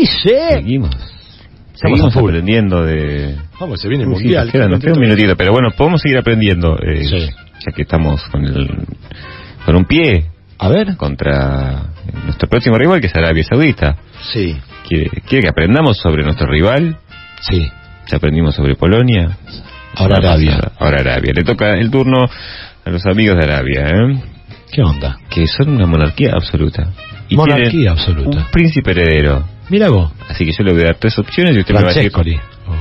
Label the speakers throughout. Speaker 1: Guille.
Speaker 2: Seguimos.
Speaker 1: Estamos a
Speaker 2: Seguimos
Speaker 1: full.
Speaker 2: aprendiendo de...
Speaker 3: Vamos, se viene el
Speaker 2: Sí,
Speaker 3: mundial.
Speaker 2: nos quedan- nos queda un minutito, pero bueno, podemos seguir aprendiendo. eh,
Speaker 3: Sí.
Speaker 2: Ya que estamos con el, con un pie
Speaker 3: A ver.
Speaker 2: contra nuestro próximo rival, que es Arabia Saudita.
Speaker 3: Sí,
Speaker 2: Quiere, quiere que aprendamos sobre nuestro rival.
Speaker 3: sí.
Speaker 2: Ya aprendimos sobre Polonia.
Speaker 3: Ahora
Speaker 2: Una
Speaker 3: Arabia.
Speaker 2: pasada. Ahora Arabia. Le toca el turno a los amigos de Arabia, ¿eh?
Speaker 3: ¿Qué onda?
Speaker 2: que son una monarquía absoluta.
Speaker 3: Monarquía
Speaker 2: tienen
Speaker 3: absoluta.
Speaker 2: Un príncipe heredero.
Speaker 3: Mira vos.
Speaker 2: Así que yo le voy a dar tres opciones y usted me va a decir...
Speaker 3: Francescoli. Oh,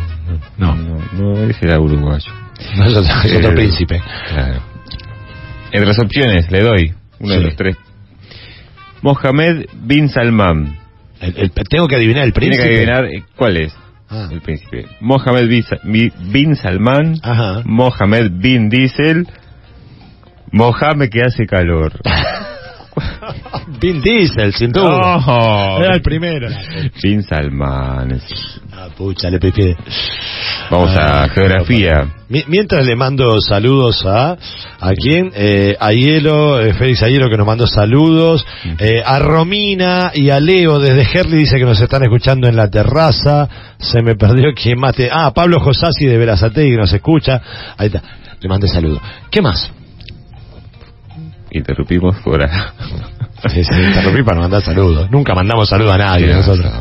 Speaker 3: No, no,
Speaker 2: No, no, ese era uruguayo.
Speaker 3: no es otro, es otro
Speaker 2: Eh,
Speaker 3: príncipe.
Speaker 2: Claro. Entre las opciones, le doy uno de
Speaker 3: Sí.
Speaker 2: los tres. Mohamed bin Salman.
Speaker 3: El- el- tengo que adivinar el príncipe.
Speaker 2: Tiene que adivinar eh, cuál es
Speaker 3: Ah.
Speaker 2: el príncipe. Ah. Mohamed bin, Sa- bi- bin Salman,
Speaker 3: Ajá.
Speaker 2: Mohamed bin Diesel, Mohamed que hace calor.
Speaker 3: Vin Diesel, sin duda.
Speaker 2: ¡No!
Speaker 3: Era el primero.
Speaker 2: Bin Salman. es-
Speaker 3: Ah, pucha, le pifié.
Speaker 2: Vamos
Speaker 3: Ah,
Speaker 2: a geografía.
Speaker 3: Mi- Mientras le mando saludos a a quién, eh, a Hielo, eh, Félix Ayelo que nos mandó saludos, eh, a Romina y a Leo desde Herli dice que nos están escuchando en la terraza, se me perdió quién más te... Ah, Pablo Josasi de Verazategui que nos escucha, ahí está, le mandé saludos. ¿Qué más?
Speaker 2: Interrumpimos por
Speaker 3: Sí, sí, interrumpí para mandar saludos, nunca mandamos saludos a nadie Ah, nosotros.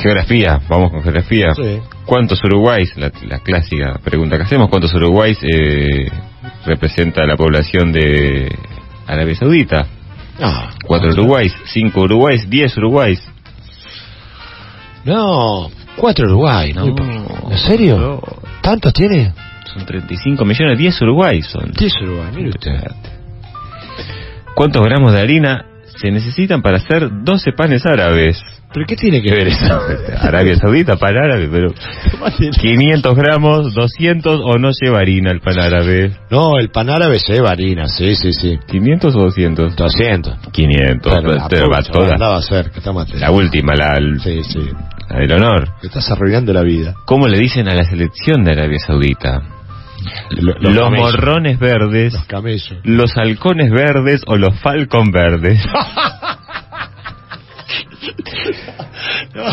Speaker 2: Geografía, vamos con geografía.
Speaker 3: Sí.
Speaker 2: ¿Cuántos uruguayos, la, la clásica pregunta que hacemos, cuántos uruguayos eh, representa la población de Arabia Saudita?
Speaker 3: Ah,
Speaker 2: ¿Cuatro uruguayos? ¿Cinco uruguayos? ¿Diez uruguayos?
Speaker 3: No, cuatro Uruguay, ¿no?
Speaker 2: No.
Speaker 3: ¿En serio?
Speaker 2: No.
Speaker 3: ¿Tantos tiene?
Speaker 2: Son 35 millones, diez uruguayos son.
Speaker 3: Diez Uruguay, mire usted.
Speaker 2: ¿Cuántos gramos de harina se necesitan para hacer 12 panes árabes?
Speaker 3: ¿Pero qué tiene que ver eso?
Speaker 2: Arabia Saudita, pan árabe, pero... 500 gramos, 200 o no lleva harina el pan árabe.
Speaker 3: No, el pan árabe lleva harina, sí, sí, sí.
Speaker 2: 500 o 200?
Speaker 3: 200.
Speaker 2: 500.
Speaker 3: la
Speaker 2: pues, te va
Speaker 3: pucha,
Speaker 2: toda.
Speaker 3: Andaba cerca, está mate.
Speaker 2: La última, la,
Speaker 3: Sí, sí.
Speaker 2: la del honor.
Speaker 3: Te estás arruinando la vida.
Speaker 2: ¿Cómo le dicen a la selección de Arabia Saudita?
Speaker 3: Lo-
Speaker 2: Los,
Speaker 3: camellos.
Speaker 2: morrones verdes,
Speaker 3: Los camellos.
Speaker 2: los halcones verdes o los falcón verdes.
Speaker 3: No,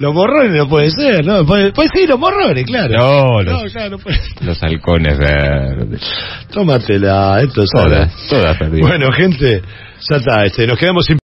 Speaker 3: los morrones no puede ser, ¿no? Puede, puede ser los morrones, claro.
Speaker 2: No, los,
Speaker 3: claro, no puede ser.
Speaker 2: los halcones verdes.
Speaker 3: Tómatela, esto es
Speaker 2: Todas, todas perdidas.
Speaker 3: Bueno, gente, ya está. Este, nos quedamos sin